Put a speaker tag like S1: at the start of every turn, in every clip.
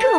S1: 各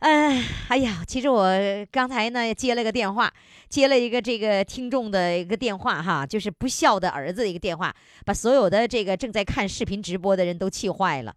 S1: 呃，哎呀，其实我刚才呢接了个电话，接了一个这个听众的一个电话哈，就是不孝的儿子的一个电话，把所有的这个正在看视频直播的人都气坏了。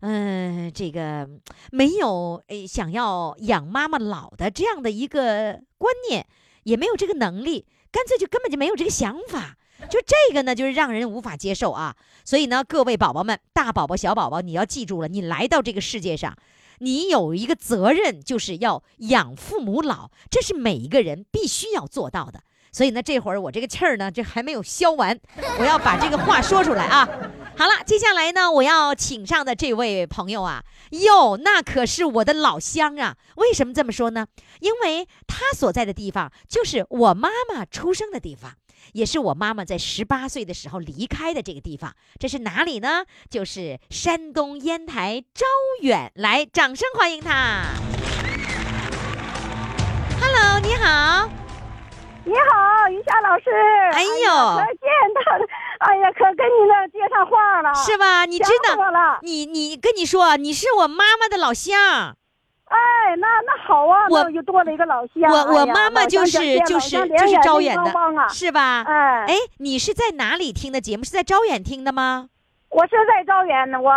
S1: 嗯、这个没有诶想要养妈妈老的这样的一个观念，也没有这个能力，干脆就根本就没有这个想法。就这个呢，就是让人无法接受啊！所以呢，各位宝宝们，大宝宝、小宝宝，你要记住了，你来到这个世界上，你有一个责任，就是要养父母老，这是每一个人必须要做到的。所以呢，这会儿我这个气儿呢，这还没有消完，我要把这个话说出来啊。好了，接下来呢，我要请上的这位朋友啊，哟，那可是我的老乡啊！为什么这么说呢？因为他所在的地方就是我妈妈出生的地方，也是我妈妈在十八岁的时候离开的这个地方。这是哪里呢？就是山东烟台招远。来，掌声欢迎他。Hello，你好。
S2: 哦你好，于霞老师。
S1: 哎
S2: 呀
S1: 呦
S2: 可见他，哎呀，可跟你那接上话了。
S1: 是吧？你知
S2: 想
S1: 道，
S2: 我了。
S1: 你你跟你说，你是我妈妈的老乡，
S2: 哎，那那好啊，
S1: 我
S2: 那又多了一个老乡。
S1: 我
S2: 哎呀
S1: 我妈妈就是
S2: 老乡
S1: 就是
S2: 老乡
S1: 就是
S2: 连
S1: 招
S2: 连
S1: 远
S2: 帮
S1: 的
S2: 帮啊，
S1: 是吧？
S2: 哎，
S1: 哎，你是在哪里听的节目？是在招远听的吗？
S2: 我是在招远，我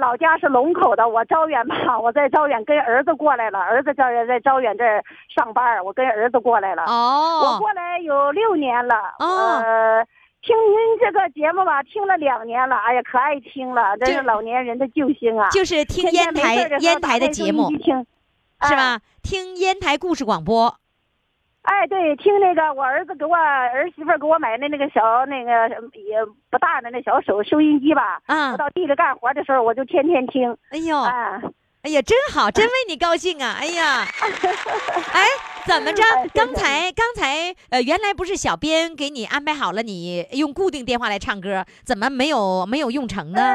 S2: 老家是龙口的，我招远吧，我在招远跟儿子过来了，儿子这儿在招远这儿上班，我跟儿子过来了。啊我
S1: 哦，
S2: 过来有六年了，
S1: 哦
S2: 呃，听您这个节目吧，听了两年了，哎呀，可爱听了，真
S1: 就是
S2: 老年人的救星啊！
S1: 就是听
S2: 天
S1: 烟
S2: 天没事儿
S1: 台
S2: 的时候
S1: 烟
S2: 打
S1: 台的
S2: 开收
S1: 节
S2: 音
S1: 目
S2: 机听，
S1: 是
S2: 哎？
S1: 吧？听烟台故事广播。
S2: 哎，对，听那个我儿子给我儿媳妇儿给我买的那个小那个也不大的那小手收音机吧，
S1: 啊
S2: 我，到地里干活的时候我就天天听，
S1: 哎呦，
S2: 哎，
S1: 哎呀，真 好，真为你高兴啊！哎呀，哎，怎么着
S2: 哎谢谢？
S1: 刚才刚才呃，原来不是小编给你安排好了，你用固定电话来唱歌，怎么没有没有用成呢？
S2: 呃，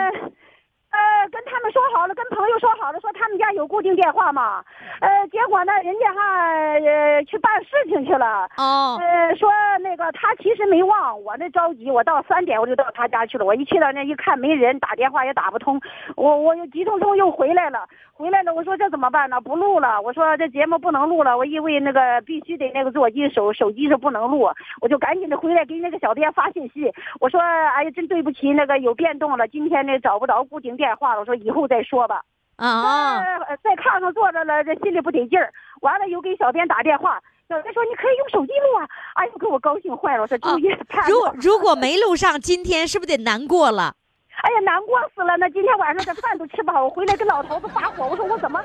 S2: 呃，跟他们说好了，跟朋友说好了，说他们家有固定电话嘛。呃，结果呢，人家哈呃去办事情去了。
S1: 哦，
S2: 呃，说那个他其实没忘，我那着急，我到三点我就到他家去了。我一去到那一看没人，打电话也打不通，我我就急匆匆又回来了。回来了，我说这怎么办呢？不录了，我说这节目不能录了，我因为那个必须得那个座机手手机是不能录，我就赶紧的回来给那个小编发信息，我说哎呀真对不起，那个有变动了，今天那找不着固定电话了，我说以后再说吧。
S1: 啊、哦，
S2: 呃，在炕上坐着了，这心里不得劲儿。完了，又给小编打电话，小编说你可以用手机录啊。哎呦，给我高兴坏了，我说终于盼
S1: 啊如
S2: 到
S1: 果
S2: 了。
S1: 如果没录上，今天是不是得难过了？
S2: 哎呀，难过死了。那今天晚上这饭都吃不好，我回来跟老头子发火，我说我怎么？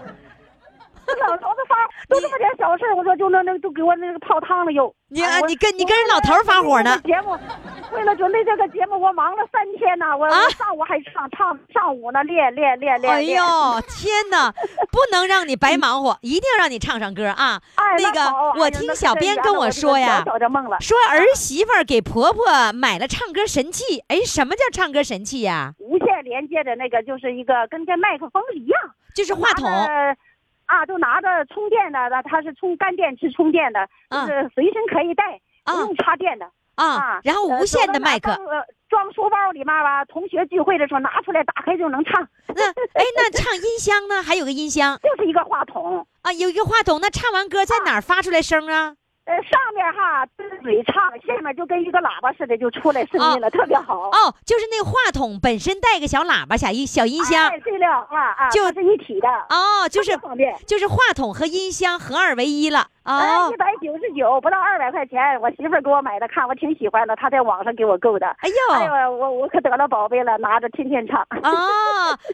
S2: 跟老头子发都这么点小事儿，我说就那那都给我那个泡汤了又。
S1: 你
S2: 哎
S1: 啊，
S2: 我
S1: 你跟你
S2: 我
S1: 跟人
S2: 为了
S1: 老头儿发火呢
S2: 准备这个节目为了准备这个节目，我忙了三天呢。我
S1: 啊
S2: 我上午还上唱上午呢，练练练练
S1: 哎
S2: 练。
S1: 呦，天哪，不能让你白忙
S2: 嗯
S1: 活，一定要让你唱唱歌啊！
S2: 哎，
S1: 那个
S2: 好
S1: 我
S2: 哎呀
S1: 听
S2: 那
S1: 小
S2: 真
S1: 编
S2: 圆
S1: 跟
S2: 了
S1: 我
S2: 我这个
S1: 说呀
S2: 小小的梦了。
S1: 说儿媳妇儿给婆婆买了唱歌神器，哎，什么叫唱歌神器呀、
S2: 无线连接的那个就是一个跟这麦克风一样，
S1: 就是话筒。
S2: 拿着啊，就拿着充电的，那它是充干电池充电的，就
S1: 啊
S2: 是随身可以带，
S1: 啊
S2: 不用插电的
S1: 啊，然后
S2: 嗯呃
S1: 无线
S2: 有
S1: 的麦
S2: 拿
S1: 克。
S2: 到呃装书包里面吧，同学聚会的时候拿出来打开就能唱，
S1: 那哎，那唱音箱呢？还有个音箱
S2: 就是一个话筒。
S1: 啊，有一个话筒。那唱完歌在哪儿发出来声啊？
S2: 呃，上面哈自己唱，下面就跟一个喇叭似的，就出来声音了，特别好。
S1: 哦，就是那话筒本身带个小喇叭、小音小音箱
S2: 哎。，对了啊啊，
S1: 就
S2: 它是一体的，
S1: 哦，就
S2: 特
S1: 是
S2: 别方便。
S1: 就是话筒和音箱合二为一了。
S2: 哎，
S1: 哦
S2: 一，百九十九，不到二百块钱，我媳妇儿给我买的，看我挺喜欢的，她在网上给我购的。
S1: 哎
S2: 哎
S1: 呦，
S2: 呦，我我可得了宝贝了，拿着天天唱。
S1: 哦，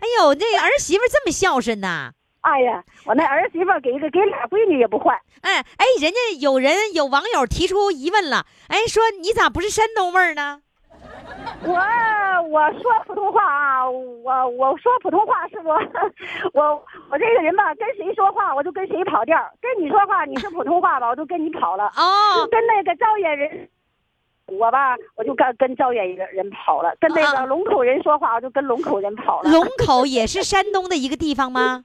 S1: 哎呦，这儿媳妇这么孝顺呐、
S2: 哎呀，我那儿媳妇儿给一个给俩闺女也不换。
S1: 哎哎，人家有人有网友提出疑问了，哎，说你咋不是山东味儿呢？
S2: 我我说普通话啊，我我说普通话是我 我我这个人吧，跟谁说话我就跟谁跑调儿，跟你说话你是普通话吧，我都跟你跑了。
S1: 哦，
S2: 跟那个赵远人，我吧，我就跟跟赵远人跑了；跟那
S1: 啊
S2: 个龙口人说话，我就跟龙口人跑了。
S1: 龙口也是山东的一个地方吗？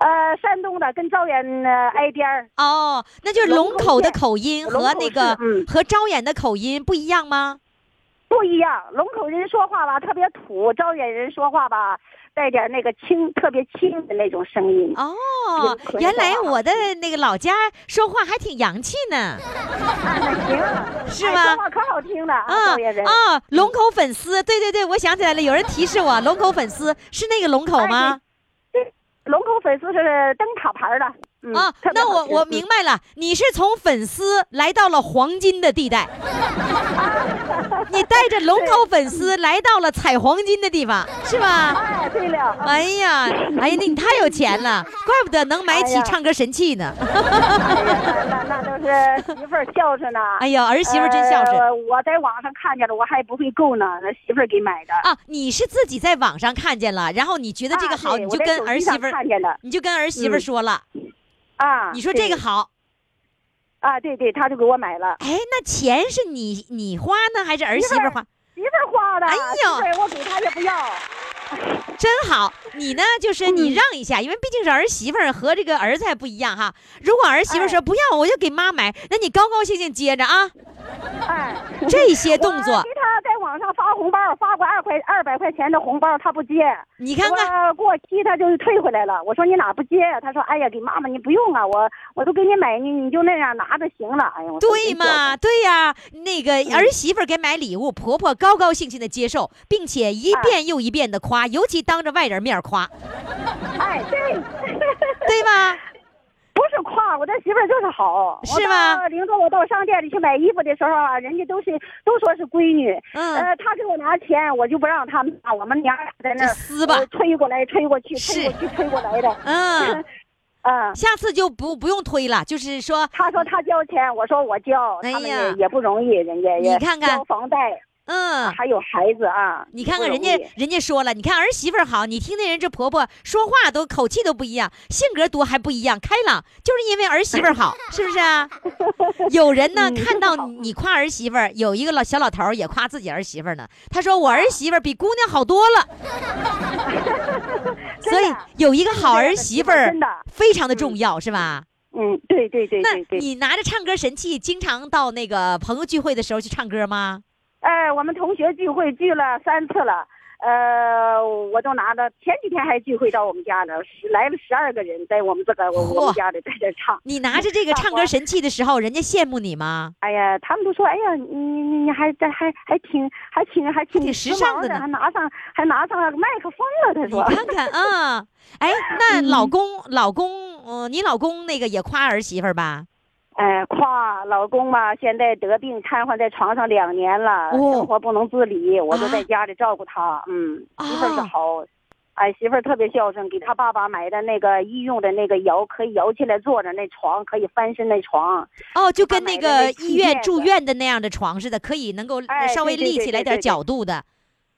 S2: 呃，山东的跟赵远呃挨边儿，
S1: 哦，那就是龙
S2: 龙口
S1: 口的
S2: 县
S1: 口音
S2: 龙
S1: 和
S2: 口
S1: 那
S2: 市
S1: 个
S2: 嗯
S1: 和招远的口音不一样吗？
S2: 不一样。龙口人说话吧特别土，赵远人说话吧带点那个轻，特别轻的那种声音。
S1: 哦
S2: 龙口，人
S1: 原
S2: 说
S1: 来
S2: 话
S1: 我的那个老家说话还挺洋气呢，
S2: 啊，那行啊，
S1: 是
S2: 哎
S1: 吗
S2: 说话可好听了啊，
S1: 啊
S2: 赵远人。
S1: 啊，龙口粉丝，对对对，我想起来了，有人提示我，龙口粉丝是那个龙口
S2: 哎
S1: 吗？
S2: 对，龙口粉丝是灯塔牌的。嗯、
S1: 啊
S2: 特，别
S1: 那
S2: 好
S1: 我
S2: 吃
S1: 我
S2: 嗯
S1: 明白了，你是从粉丝来到了黄金的地 带，你带着龙口粉丝来到了采黄金的地方，是吧？
S2: 哎，对了， 啊
S1: 哎呀，哎呀，那你太有钱了，怪不得能买
S2: 哎
S1: 起
S2: 呀
S1: 唱歌神器呢。
S2: 哎呀那那那都是媳妇儿孝顺呐。
S1: 哎呀，儿媳妇真孝顺
S2: 呃我在网上看见了，我还不会够呢，那媳妇儿给买的。
S1: 啊！你是自己在网上看见了，然后你觉得这个好，
S2: 啊对
S1: 你
S2: 我
S1: 就
S2: 在
S1: 跟
S2: 手机
S1: 儿媳
S2: 上
S1: 妇儿，
S2: 看见的
S1: 你就跟儿媳妇儿
S2: 嗯
S1: 说了，
S2: 啊。
S1: 你说这个
S2: 对
S1: 好。
S2: 啊，对对，他就给我买了。
S1: 哎，那钱是你你花呢，还是儿媳妇儿花？
S2: 媳妇儿花的，
S1: 哎呦
S2: 媳妇儿我给她也不 要。
S1: 真好，你呢？就是你让一
S2: 嗯
S1: 下，因为毕竟是儿媳妇儿和这个儿子还不一样哈。如果儿媳妇儿说
S2: 哎
S1: 不要，我就给妈买，那你高高兴兴接着啊。
S2: 哎，
S1: 这些动
S2: 我
S1: 作
S2: 给，她在网上发红包，发过二块二百块钱的红包，她不接。
S1: 你看看，
S2: 我过期她就退回来了。我说你哪不接？她说哎呀，给妈妈你不用啊，我我都给你买，你你就那样拿着行了。哎呀，我说
S1: 对
S2: 真孝
S1: 嘛？对呀、那个儿媳妇儿给买礼物，婆婆高高兴兴的接受，并且一
S2: 哎
S1: 遍又一遍的夸，尤其当着外人面儿夸，
S2: 顺？哎，对。
S1: 对吧？
S2: 不是夸我这媳妇儿就是好，
S1: 是吗
S2: 我到领着我到商店里去买衣服的时候啊，人家都是都说是闺女，
S1: 嗯，
S2: 呃，她给我拿钱，我就不让她拿，我们娘俩在
S1: 这
S2: 那儿
S1: 撕吧
S2: 呃推过来推过去，
S1: 是
S2: 推过去推过来的，
S1: 嗯，
S2: 嗯。
S1: 下次就不不用推了，就是说，
S2: 她说她交钱，我说我交，
S1: 哎
S2: 他们
S1: 呀
S2: 也也不容易，人家也
S1: 你看看
S2: 交房贷，
S1: 嗯，
S2: 还有孩子啊，
S1: 你看
S2: 不
S1: 看人
S2: 容
S1: 家
S2: 易，
S1: 人家说了，你看儿媳妇儿好，你听那人这婆婆说话都口气都不一样，性格多还不一样，开朗，就是因为儿媳妇儿好，是不是啊？有人呢
S2: 嗯
S1: 看到你夸儿媳妇儿，有一个老小老头儿也夸自己儿媳妇儿呢，他说我
S2: 啊
S1: 儿媳妇儿比姑娘好多 了，
S2: 真
S1: 所以
S2: 的啊
S1: 有一个好
S2: 这样
S1: 儿
S2: 的
S1: 媳
S2: 媳
S1: 妇
S2: 妇儿
S1: 儿
S2: 真的
S1: 非常的重要，是吧？
S2: 嗯，对对对对
S1: 那
S2: 对，
S1: 你拿着唱歌神器，经常到那个朋友聚会的时候去唱歌吗？
S2: 哎，我们同学聚会聚了三次了，呃，我都拿着。前几天还聚会到我们家呢，十来了十二个人，在我们这个我
S1: 嚯
S2: 我们家里在这唱。
S1: 你拿着这个唱歌神器的时候，人家羡慕你吗？
S2: 哎呀，他们都说，哎呀，你你你还这还还挺还挺还挺
S1: 挺时尚的
S2: 时髦
S1: 呢
S2: 还拿上还拿上麦克风了。他
S1: 你
S2: 说，
S1: 看看啊，哎，那
S2: 嗯
S1: 老公，老公，呃，你老公那个也夸儿媳妇儿吧？
S2: 哎，夸老公嘛，现在得病瘫痪在床上两年了，
S1: 哦
S2: 生活不能自理，我就
S1: 啊
S2: 在家里照顾他。嗯，媳妇儿是
S1: 啊
S2: 好，哎，媳妇儿特别孝顺，给他爸爸买的那个医用的那个摇可以摇起来坐着那床，可以翻身那床。
S1: 哦，就
S2: 他
S1: 跟那
S2: 啊买的
S1: 个
S2: 那
S1: 医
S2: 气
S1: 院
S2: 垫
S1: 住
S2: 子
S1: 院的那样的床似的，可以能够
S2: 哎
S1: 稍微
S2: 对对
S1: 立
S2: 对
S1: 起
S2: 对
S1: 来点
S2: 对
S1: 角度的，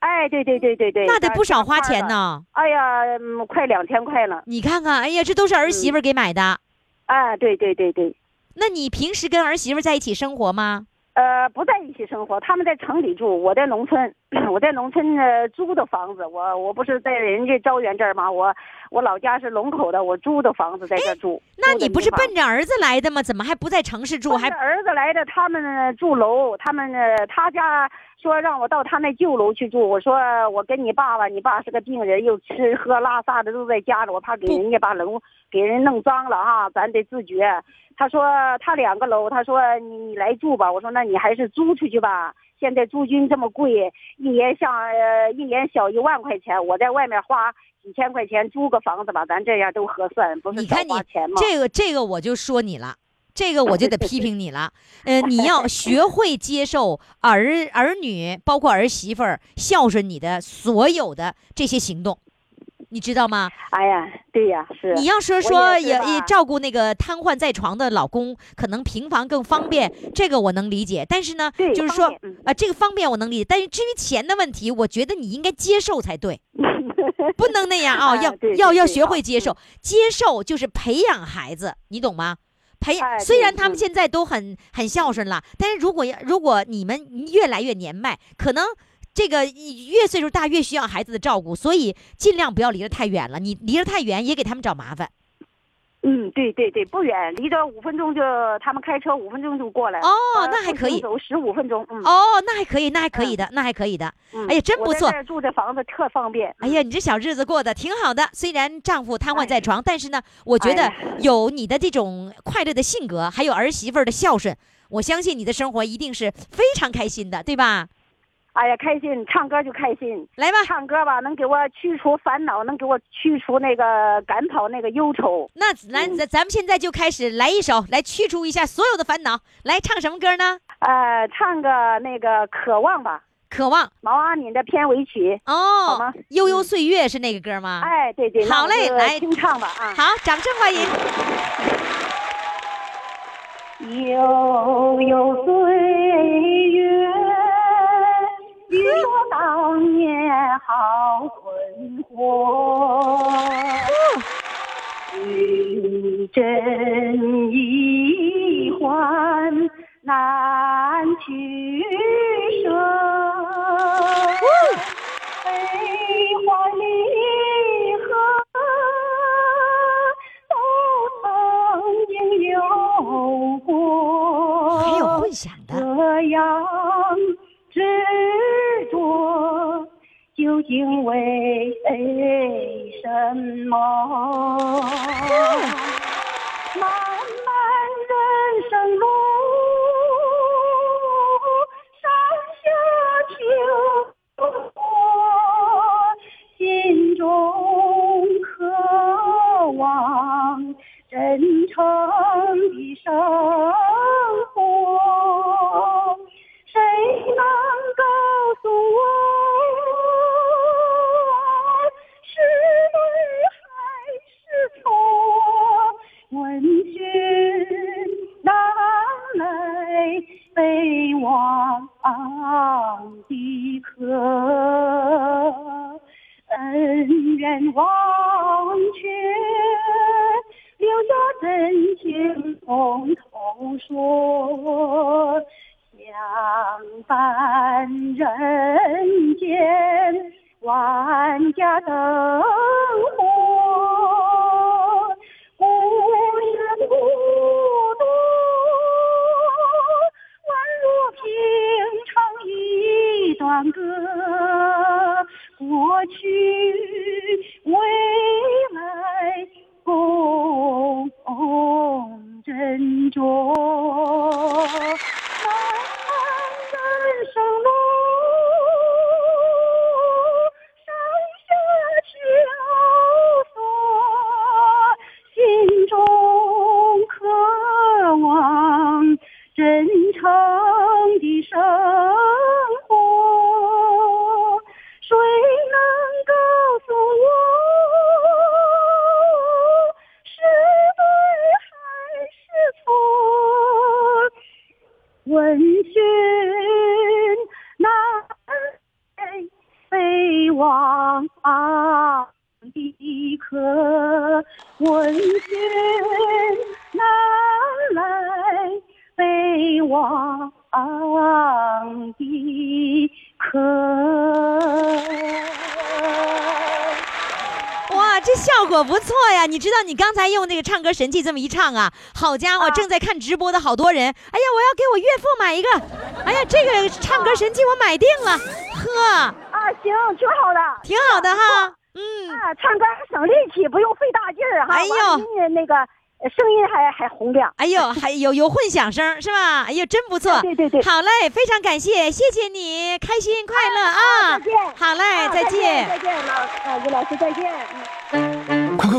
S2: 哎，对对对对对，
S1: 那得不少
S2: 他
S1: 花钱
S2: 了。
S1: 呢。
S2: 哎呀，嗯快两千块了。
S1: 你看看，哎呀，这都是儿媳
S2: 嗯
S1: 妇儿给买的。
S2: 啊，对对对对，
S1: 那你平时跟儿媳妇儿在一起生活吗？
S2: 呃，不在一起生活，他们在城里住，我在农村， 我在农村呃租的房子，我我不是在人家招远这儿吗？我我老家是龙口的，我租的房子在这儿住。
S1: 哎那
S2: 租的
S1: 你不是
S2: 民房
S1: 奔着儿子来的吗？怎么还不在城市住？
S2: 奔
S1: 还
S2: 着儿子来的，他们呃住楼，他们呃他家说让我到他那旧楼去住，我说我跟你爸爸，你爸是个病人，又吃喝拉撒的都在家里，我怕给
S1: 不
S2: 人家把楼给人弄脏了啊，咱得自觉。他说他两个楼，他说你你来住吧，我说那你还是租出去吧。现在租金这么贵，一年像呃一年小一万块钱，我在外面花几千块钱租个房子吧，咱这样都合算，不是
S1: 你
S2: 少
S1: 看你
S2: 花钱吗？
S1: 这个这个我就说你了，这个我就得批评你了。呃，你要学会接受儿儿女，包括儿媳妇儿孝顺你的所有的这些行动。你知道吗？
S2: 哎呀，对呀，是。
S1: 你要说说
S2: 我也
S1: 也
S2: 是吧
S1: 也照顾那个瘫痪在床的老公，可能平房更方便，这个我能理解。但是呢，
S2: 对
S1: 就是
S2: 方
S1: 说
S2: 便嗯
S1: 啊，这个方便我能理解，但是至于钱的问题，我觉得你应该接受才 对，不能那样啊、
S2: 啊
S1: 要
S2: 对
S1: 要
S2: 对
S1: 要
S2: 对
S1: 学
S2: 好嗯
S1: 会接受，接受就是培养孩子，你懂吗？培养
S2: 哎
S1: 虽
S2: 对
S1: 然他们
S2: 嗯
S1: 现在都很很孝顺了，但是如果要如果你们越来越年迈，可能。这个越岁数大越需要孩子的照顾，所以尽量不要离得太远了。你离得太远也给他们找麻烦。
S2: 嗯，对对对，不远，离这五分钟就，他们开车五分钟就过来了。
S1: 哦
S2: 呃
S1: 那还
S2: 步
S1: 可
S2: 行
S1: 以
S2: 走十五分钟。嗯，
S1: 哦，那还可以，那还可以的，那还可以的。
S2: 嗯
S1: 哎呀真
S2: 我
S1: 不
S2: 在
S1: 错
S2: 这儿住这房子特方便。
S1: 哎呀，你这小日子过得挺好的。虽然丈夫瘫痪在床，但是呢，我觉
S2: 哎
S1: 得
S2: 呀
S1: 有你的这种快乐的性格，还有儿媳妇儿的孝顺，我相信你的生活一定是非常开心的，对吧？
S2: 哎呀，开心，唱歌就开心。
S1: 来吧，
S2: 唱歌吧，能给我驱除烦恼，能给我驱除那个赶跑那个忧愁。
S1: 那来，
S2: 嗯
S1: 咱咱们现在就开始来一首，来驱除一下所有的烦恼。来唱什么歌呢？
S2: 呃，唱个那个渴望吧，
S1: 渴望
S2: 毛阿敏的片尾曲。好
S1: 哦
S2: 吗，嗯
S1: 悠悠岁月是那个歌吗？
S2: 哎，对对，那
S1: 啊好
S2: 我就
S1: 嘞来
S2: 清唱吧啊。
S1: 好，掌声欢迎。
S2: 哎悠悠岁月，与我当年好魂魄。一真一幻难取舍，悲欢离合都曾经有过。
S1: 还有混响的，
S2: 这样执着，究竟为什么？漫漫人生路，上下求索，心中渴望真诚的生活。谁能告诉我，是对还是错？问讯哪来被忘的客？恩怨忘却，留下真情从头说。相伴人间，万家灯火，故事不多，宛如平常一段歌，过去未来共珍重。漫漫人生路，上下求索，心中渴望真诚的生活。谁能告诉我，是对还是错？闻讯难被忘啊的客，闻讯难来啊被忘的客。
S1: 哇，这效果不错呀！你知道你刚才用那个唱歌神器这么一唱啊，好家伙，
S2: 啊
S1: 正在看直播的好多人，哎呀，我要给我岳父买一个，哎呀，这个唱歌神器我买定了，呵，
S2: 啊，行，挺好的，
S1: 挺好的哈，嗯，
S2: 啊，唱歌还省力气，不用费大劲儿哈。啊
S1: 哎呦
S2: 完了那个呃声音还还洪亮。
S1: 哎呦，还有有混响声是吧？哎呦，真不错，
S2: 对对对
S1: 好嘞，非常感谢，谢谢你，开心快乐啊
S2: 再见，
S1: 好嘞，
S2: 啊
S1: 再见。
S2: 再见，老啊，于老师再见。嗯
S3: 快快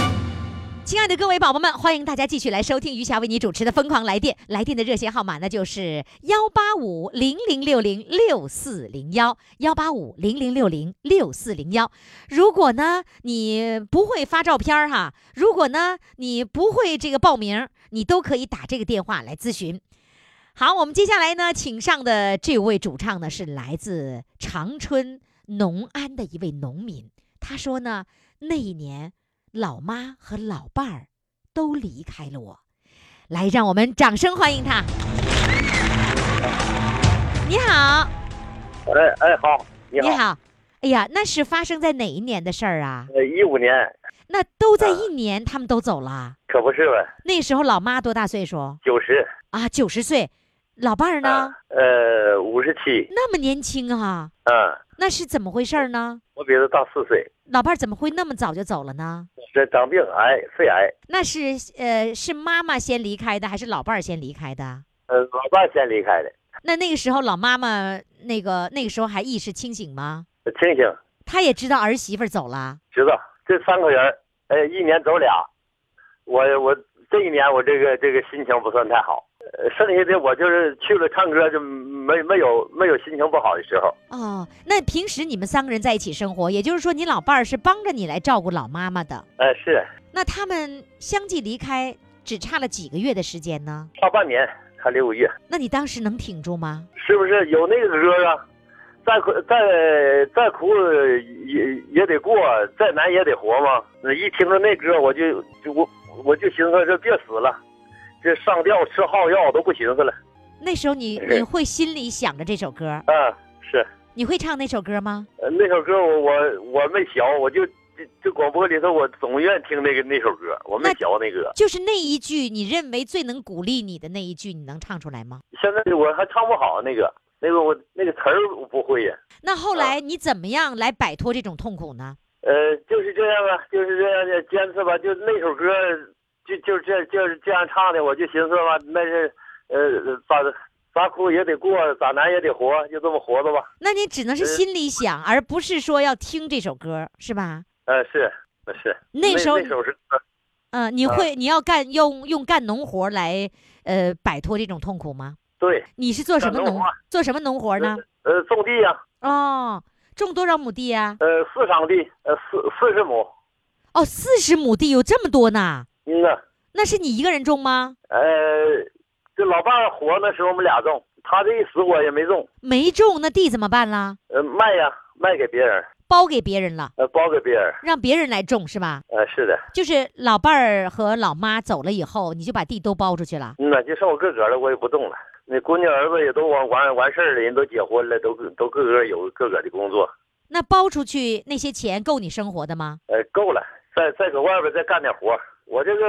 S1: 亲爱的各位宝宝们，欢迎大家继续来收听余霞为你主持的《疯狂来电》，来电的热线号码呢就是幺八五零零六零六四零幺，幺八五零零六零六四零幺。如果呢你不会发照片儿哈，如果呢你不会这个报名儿，你都可以打这个电话来咨询。好，我们接下来呢，请上的这位主唱呢是来自长春农安的一位农民，他说呢，那一年老妈和老伴儿都离开了我，来，让我们掌声欢迎他。你好，
S4: 哎哎，好，你
S1: 你
S4: 好，
S1: 好，哎呀，那是发生在哪一年的事儿啊？
S4: 呃，一五年
S1: 那都在一年，他们都走了。
S4: 可不是呗，
S1: 那时候老妈多大岁数
S4: 九十，
S1: 啊？九十岁，老伴儿呢？
S4: 呃，五十七，
S1: 那么年轻啊，
S4: 嗯，
S1: 那是怎么回事儿呢？
S4: 我比他大四岁，
S1: 老伴儿怎么会那么早就走了呢？
S4: 这长病癌，肺癌，
S1: 那是呃，是妈妈先离开的，还是老伴儿先离开的？
S4: 呃，老伴先离开的，
S1: 那那个时候老妈妈那个那个时候还意识清醒吗？
S4: 清醒，
S1: 她也知道儿媳妇儿走了，
S4: 知道这三个人，呃，一年走俩，我我这一年我这个这个心情不算太好，呃，剩下的我就是去了唱歌就没没有没有心情不好的时候，
S1: 哦，那平时你们三个人在一起生活，也就是说你老伴儿是帮着你来照顾老妈妈的。
S4: 呃，是
S1: 那他们相继离开，只差了几个月的时间呢？
S4: 差半年还六个月，
S1: 那你当时能挺住吗？
S4: 是不是有那个歌啊？再苦再再苦也也得过，再难也得活嘛。那一听着那歌，我就就我我就寻思这别死了，这上吊吃耗药我都不寻思了。
S1: 那时候你你会心里想着这首歌，
S4: 嗯，是
S1: 你会唱那首歌吗？
S4: 呃那首歌我我我没学，我就这这广播里头我总愿听那个那首歌，我没
S1: 那
S4: 学那歌。
S1: 就是那一句你认为最能鼓励你的那一句，你能唱出来吗？
S4: 现在我还唱不好那个那个我那个词儿我不会呀。
S1: 那后来你怎么样来摆脱这种痛苦呢？
S4: 呃，就是这样吧，就是这样的坚持吧。就那首歌，就就这就是这样唱的，我就寻思吧，那是呃咋咋哭也得过，咋难也得活，就这么活着吧。
S1: 那你只能是心里想，而不是说要听这首歌，是吧？
S4: 呃，是是。
S1: 那时候
S4: 那啊首是
S1: 嗯、你会你要干用用干农活来呃摆脱这种痛苦吗？
S4: 对，
S1: 你是做什么
S4: 干农
S1: 农
S4: 活
S1: 做什么农活呢？
S4: 呃，种地呀、
S1: 哦，种多少亩地呀、
S4: 呃，四场地，呃，四四十亩。
S1: 哦，四十亩地有这么多呢？
S4: 嗯呐，
S1: 那是你一个人种吗？
S4: 呃，这老伴儿活那时候我们俩种，他这一死我也没种，
S1: 没种，那地怎么办啦？
S4: 呃，卖呀、卖给别人，
S1: 包给别人了，
S4: 呃，包给别人。
S1: 让别人来种是吧？
S4: 呃，是的，
S1: 就是老伴儿和老妈走了以后，你就把地都包出去了。
S4: 嗯呐，就剩我个个了，我也不动了。那姑娘儿子也都完完完事儿了，人都结婚了，都各都各个有各个的工作，
S1: 那包出去那些钱够你生活的吗？
S4: 呃，够了。再再搁外边再干点活儿，我这个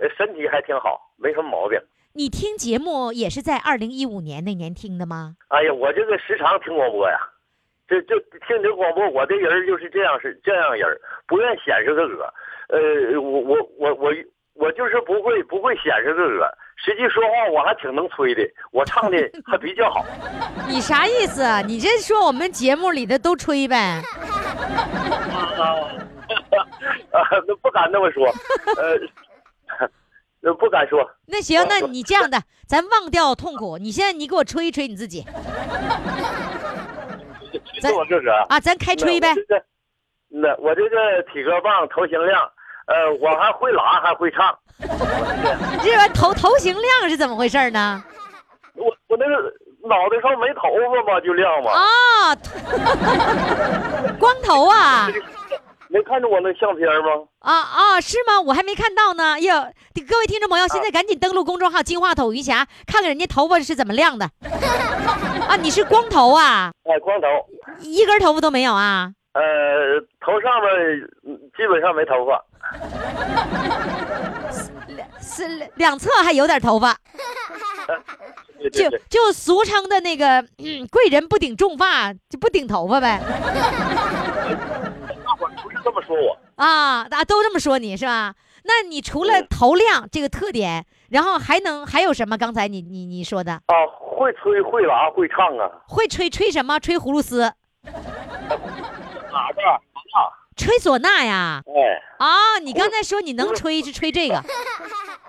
S4: 呃身体还挺好，没什么毛病。
S1: 你听节目也是在二零一五年那年听的吗？
S4: 哎呀，我这个时常听广播呀，这这听你这广播，我这人儿就是这样是这样人儿，不愿显示个个。呃，我我我我我就是不会不会显示个个，实际说话我还挺能吹的，我唱的还比较好。
S1: 你啥意思啊？你这说我们节目里的都吹呗？
S4: 啊， 那不敢那么说，呃，那不敢说，
S1: 那行，那你这样的，咱忘掉痛苦，你现在你给我吹一吹你自己咱
S4: 就我自个儿。
S1: 啊，咱开吹呗
S4: 那我。这个那我这个体格棒，头型亮，呃，我还会拉，还会唱。
S1: 这玩意头头型亮是怎么回事呢？
S4: 我我那个脑袋上没头发嘛，就亮嘛。
S1: 啊， 光头啊
S4: 没看着我那相片吗？
S1: 啊啊，是吗？我还没看到呢。哟，各位听众朋友，现在赶紧登录公众号“金话筒余霞”，看看人家头发是怎么亮的。啊，你是光头啊？
S4: 哎，光头，
S1: 一根头发都没有啊？
S4: 呃，头上面嗯基本上没头发，
S1: 是两侧还有点头发，
S4: 对对
S1: 就
S4: 对，
S1: 就俗称的那个、嗯、贵人不顶重发，就不顶头发呗。
S4: 大伙儿不是这么说我，
S1: 啊，大家都这么说你是吧？那你除了头亮这个特点，然后还能还有什么？刚才你你你说的
S4: 啊，会吹会拉会唱啊，
S1: 会吹吹什么？吹葫芦丝
S4: 喇叭，啊，
S1: 吹唢呐呀？
S4: 哎，
S1: 啊，你刚才说你能吹是吹这个，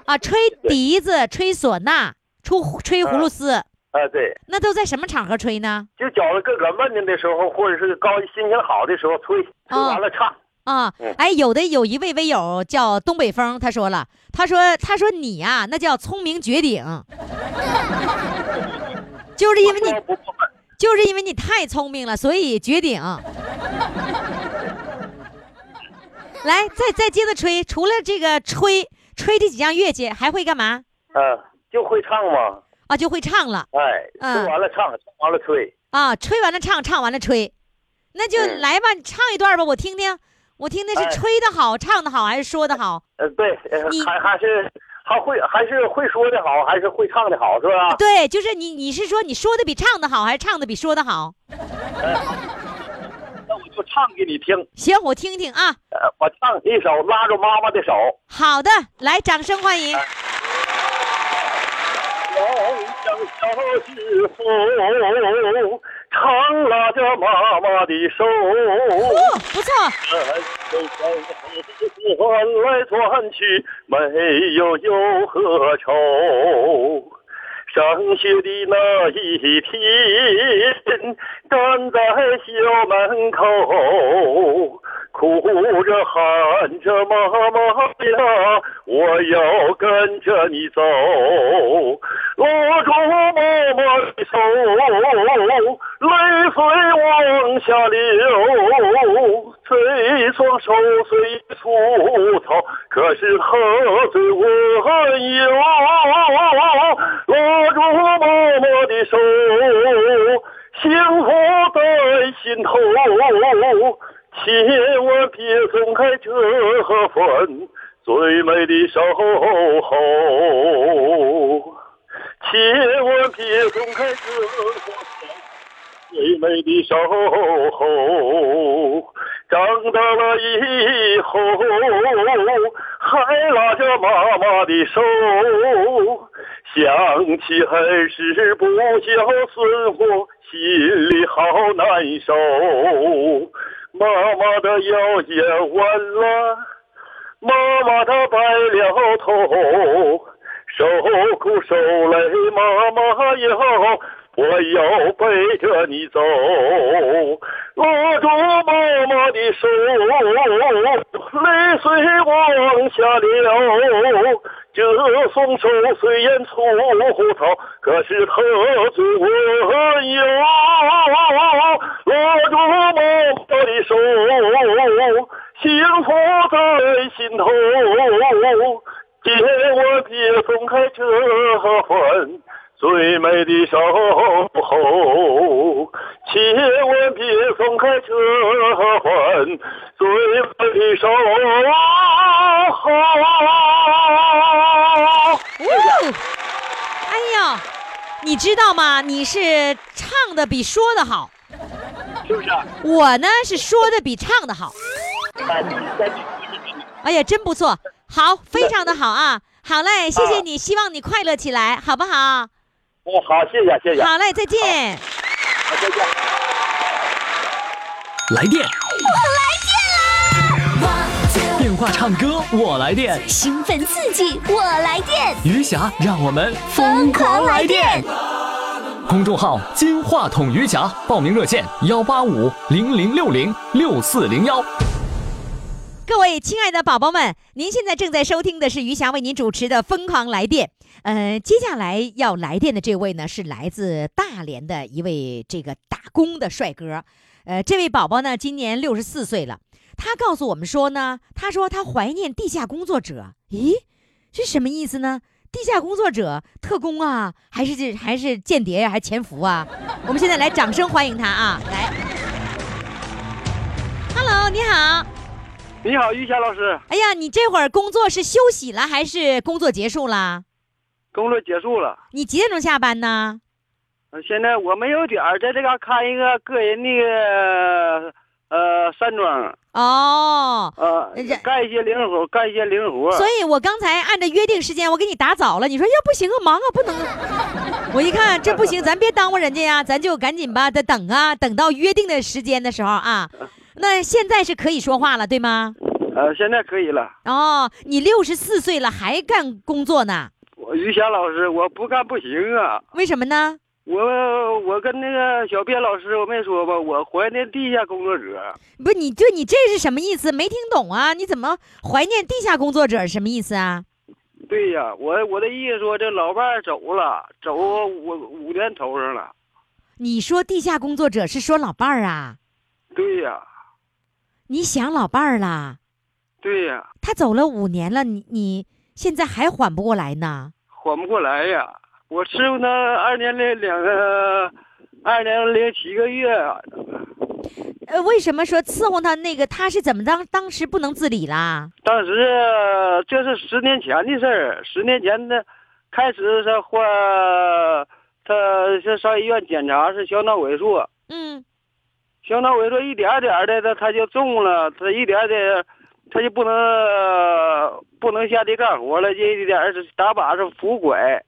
S1: 啊，吹笛子、吹唢呐、出吹葫芦丝，
S4: 哎，对，
S1: 那都在什么场合吹呢？
S4: 就觉着自个儿闷着的时候，或者是高心情好的时候
S1: 哦
S4: 吹，吹完了唱。
S1: 啊
S4: 嗯，
S1: 哎，有的有一位微友叫东北风，他说了，他说他说你呀、那叫聪明绝顶，就是因为你
S4: 不过分，
S1: 就是因为你太聪明了，所以绝顶。来，再再接着吹，除了这个吹吹这几样乐器，还会干嘛？
S4: 嗯、就会唱嘛，
S1: 啊，就会唱了
S4: 哎，
S1: 嗯
S4: 吹完了唱，唱完了吹。
S1: 啊，吹完了唱，唱完了吹，那就
S4: 嗯
S1: 来吧，你唱一段吧，我听听，我听听
S4: 哎
S1: 是吹的好，唱的好，还是说的好？
S4: 呃，对，呃
S1: 你
S4: 还还是还会还是会说的好，还是会唱的好，是吧？
S1: 啊对，就是你，你是说你说的比唱的好，还是唱的比说的好？
S4: 那我就唱给你听，
S1: 行，我听听啊。
S4: 呃，我唱一首《拉着妈妈的手》。
S1: 好的，来，掌声欢迎。哦
S4: 梦想小媳妇，常拉着妈妈的手，
S1: 哦，不错，
S4: 有转来转去，没有忧和愁。上学的那一天，站在校门口，哭着喊着妈妈呀，我要跟着你走，拉住妈妈的手，泪水往下流，这双手虽粗糙，可是喝醉我有。拉住妈妈的手，幸福在心头，千万别松开这份最美的守候，千万别松开这份。最美的守候，长大了以后还拉着妈妈的手，想起儿时不孝顺我，心里好难受。妈妈的腰也弯了，妈妈她白了头。受苦受累，妈妈哟，我要背着你走，拉住妈妈的手，泪水往下流。这双手虽然粗糙，可是何足我有。拉住妈妈的手，幸福在心头。千万别松开这份最美的守候，千万别松开这份最美的守候。
S1: 哦，哎呦，你知道吗？你是唱的比说的好，
S4: 是不啊是？
S1: 我呢是说的比唱的好。
S4: 哎，再举
S1: 哎呀，真不错，好，非常的好啊。好嘞，谢谢你，希望你快乐起来，好不好？
S4: 哦，好，谢谢，谢谢，
S1: 好嘞，再见。
S4: 再见。
S3: 来电，我来电啦！电话唱歌，我来电。
S5: 兴奋刺激，我来电！
S3: 余霞，让我们疯狂来电！公众号“金话筒余霞”，报名热线：幺八五零零六零六四零幺。
S1: 各位亲爱的宝宝们，您现在正在收听的是余霞为您主持的《疯狂来电》。呃，接下来要来电的这位呢，是来自大连的一位这个打工的帅哥。呃，这位宝宝呢，今年六十四岁了。他告诉我们说呢，他说他怀念地下工作者。咦，这什么意思呢？地下工作者、特工啊，还是这还是间谍呀、还潜伏啊？我们现在来掌声欢迎他啊！来，Hello，你好。
S4: 你好，于霞老师，
S1: 哎呀，你这会儿工作是休息了还是工作结束了？
S4: 工作结束了，
S1: 你几点钟下班呢？
S4: 呃现在我没有点儿在这嘎开一个个人的、呃，山庄，
S1: 哦，
S4: 呃
S1: 人家，
S4: 干一些零活，干一些零活。
S1: 所以我刚才按照约定时间，我给你打早了。你说要不行啊，忙啊，不能。啊 我一看这不行，咱别耽误人家呀、咱就赶紧吧，得等啊，等到约定的时间的时候啊。那现在是可以说话了，对吗？
S4: 呃，现在可以了。
S1: 哦，你六十四岁了还干工作呢？
S4: 我于霞老师，我不干不行啊。
S1: 为什么呢？
S4: 我我跟那个小编老师我没说吧，我怀念地下工作者。
S1: 不，你对你这是什么意思？没听懂啊？你怎么怀念地下工作者是什么意思啊？
S4: 对呀，我我的意思说，这老伴儿走了，走我五年头上了。
S1: 你说地下工作者是说老伴儿啊？
S4: 对呀，
S1: 你想老伴儿啦？
S4: 对呀，
S1: 他走了五年了，你你现在还缓不过来呢？
S4: 缓不过来呀。我伺候他二年零两个，二年零七个月，
S1: 呃，为什么说伺候他那个他是怎么当当时不能自理啦？
S4: 当时呃这是十年前的事儿。十年前的，开始他患，他是上医院检查是小脑萎缩。
S1: 嗯，
S4: 小脑萎缩一点儿点儿的，他他就重了，他一点儿点儿，他就不能、呃不能下地干活了，就一点儿打把是扶拐，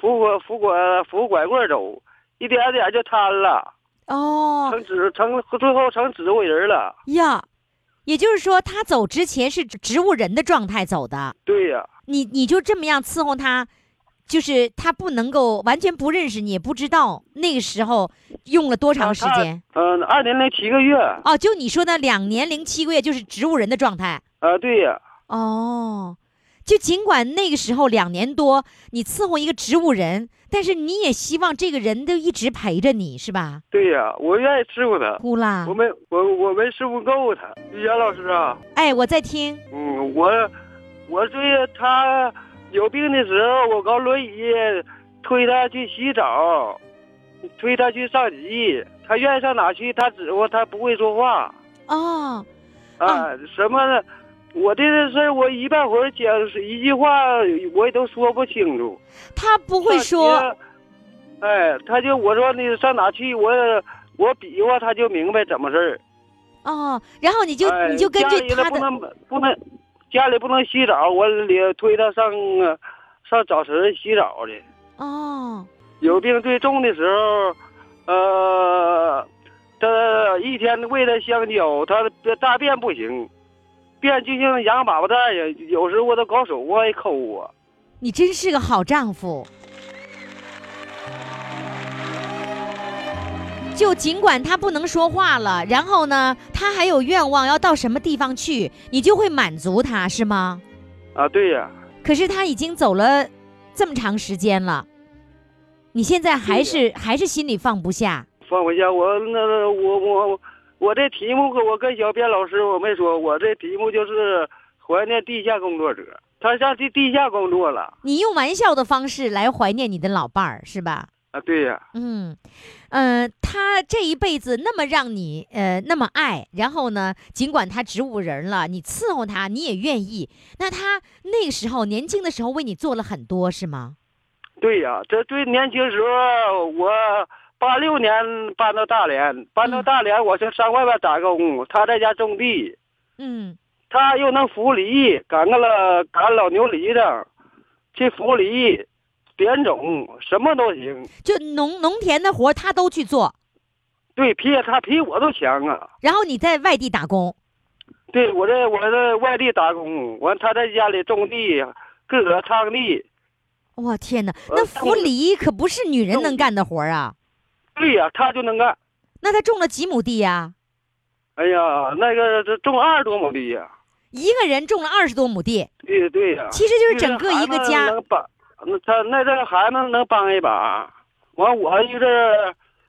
S4: 扶拐扶拐扶拐棍儿走，一点儿点儿就瘫了，
S1: 哦
S4: 成植成最后成植物人了。
S1: 呀，也就是说他走之前是植物人的状态走的，
S4: 对呀、
S1: 你你就这么样伺候他，就是他不能够完全不认识你，也不知道那个时候用了多长时间。
S4: 嗯、二年零七个月，
S1: 哦，就你说的两年零七个月就是植物人的状态。
S4: 啊，对呀、
S1: 哦，就尽管那个时候两年多，你伺候一个植物人，但是你也希望这个人都一直陪着你，是吧？
S4: 对呀、我愿意伺候他，
S1: 哭啦
S4: 我！没我我没伺候够他。于霞老师啊，
S1: 哎，我在听。
S4: 嗯，我我对他有病的时候，我搞轮椅推他去洗澡，推他去上集，他愿意上哪去，他指挥他不会说话
S1: 哦，
S4: 啊、什么的。我这事儿我一半会儿讲一句话，我也都说不清楚。
S1: 他不会
S4: 上
S1: 说
S4: 学，哎，他就我说你上哪去，我我比划他就明白怎么事儿。
S1: 哦，然后你就、
S4: 啊哎
S1: 你就根
S4: 家
S1: 据
S4: 里了
S1: 他
S4: 不
S1: 的
S4: 能不能，家里不能洗澡，我得推他上呃上澡池洗澡去。
S1: 哦，
S4: 有病最重的时候，呃，他一天喂他香蕉，他大便不行，便就像羊粑粑蛋一样，有时候我都搞手我也抠啊我。
S1: 你真是个好丈夫。就尽管他不能说话了，然后呢，他还有愿望要到什么地方去，你就会满足他，是吗？
S4: 啊，对呀、
S1: 可是他已经走了这么长时间了，你现在还是还是心里放不下。
S4: 放不下我那我我我这题目跟我跟小编老师我没说，我这题目就是怀念地下工作者，他上地地下工作了
S1: 你用玩笑的方式来怀念你的老伴儿，是吧？
S4: 啊，对呀、
S1: 嗯，呃，他这一辈子那么让你呃那么爱，然后呢，尽管他植物人了，你伺候他，你也愿意。那他那个时候年轻的时候为你做了很多，是吗？
S4: 对呀、这最年轻时候，我八六年搬到大连，搬到大连，我就上外边打工，他在家种地，
S1: 嗯，
S4: 他又能扶犁，赶个了赶老牛犁子，去扶犁、点种，什么都行。
S1: 就农农田的活儿他都去做，
S4: 对，比他比我都强啊！
S1: 然后你在外地打工。
S4: 对我在我在外地打工，完他在家里种地，自个儿唱地。
S1: 哇天哪，
S4: 呃
S1: 那
S4: 种
S1: 扶
S4: 了
S1: 犁可不是女人能
S4: 种
S1: 干的活儿啊！
S4: 对呀、他就能干。
S1: 那他种了几亩地呀、
S4: 哎呀，那个这种二十多亩地呀、
S1: 一个人种了二十多亩地，
S4: 对对呀、
S1: 其实就是整个一个
S4: 那孩子
S1: 家。
S4: 能帮，那他那这个孩子能帮一把，完我就是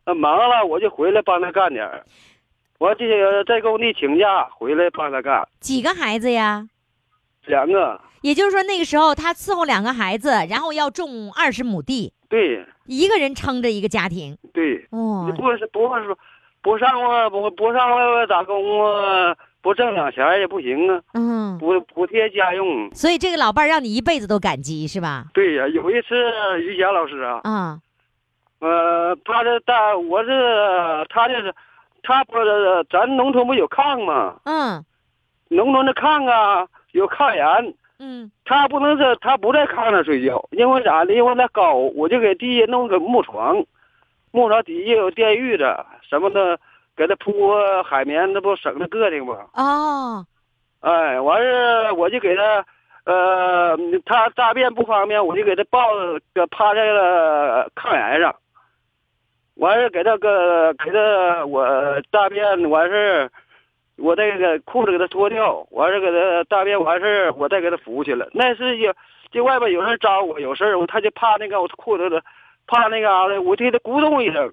S4: 呃忙了，我就回来帮他干点儿。我这个在工地请假回来帮他干
S1: 几个孩子呀？
S4: 两个，
S1: 也就是说那个时候他伺候两个孩子，然后要种二十亩地，
S4: 对
S1: 一个人撑着一个家庭。
S4: 对，
S1: 哇、
S4: 你不是不是说不上外不不上外边打工啊，不挣两钱也不行啊，
S1: 嗯，
S4: 不补贴家用。
S1: 所以这个老伴儿让你一辈子都感激是吧？
S4: 对呀、有一次于霞老师啊，
S1: 啊、
S4: 呃，他这大我这他这是他不是咱农村不有炕吗？
S1: 嗯
S4: 农村的炕啊有炕沿，
S1: 嗯
S4: 他不能是他不在炕上睡觉，因为啥呢？因为他高，我就给地下弄个木床，木床底下有电褥子什么的，给他铺个海绵，那不省得硌挺吗？
S1: 哦
S4: 哎，完事儿我就给他，呃，他大便不方便，我就给他抱着趴在了炕沿上。完事儿给他个给他我大便完事儿，我再给裤子给他脱掉，完事儿给他大便完事儿，我再给他扶起来。那是有就外边有人招我有事儿，我他就怕那个我裤子的，怕那嘎达，我替他咕咚一声。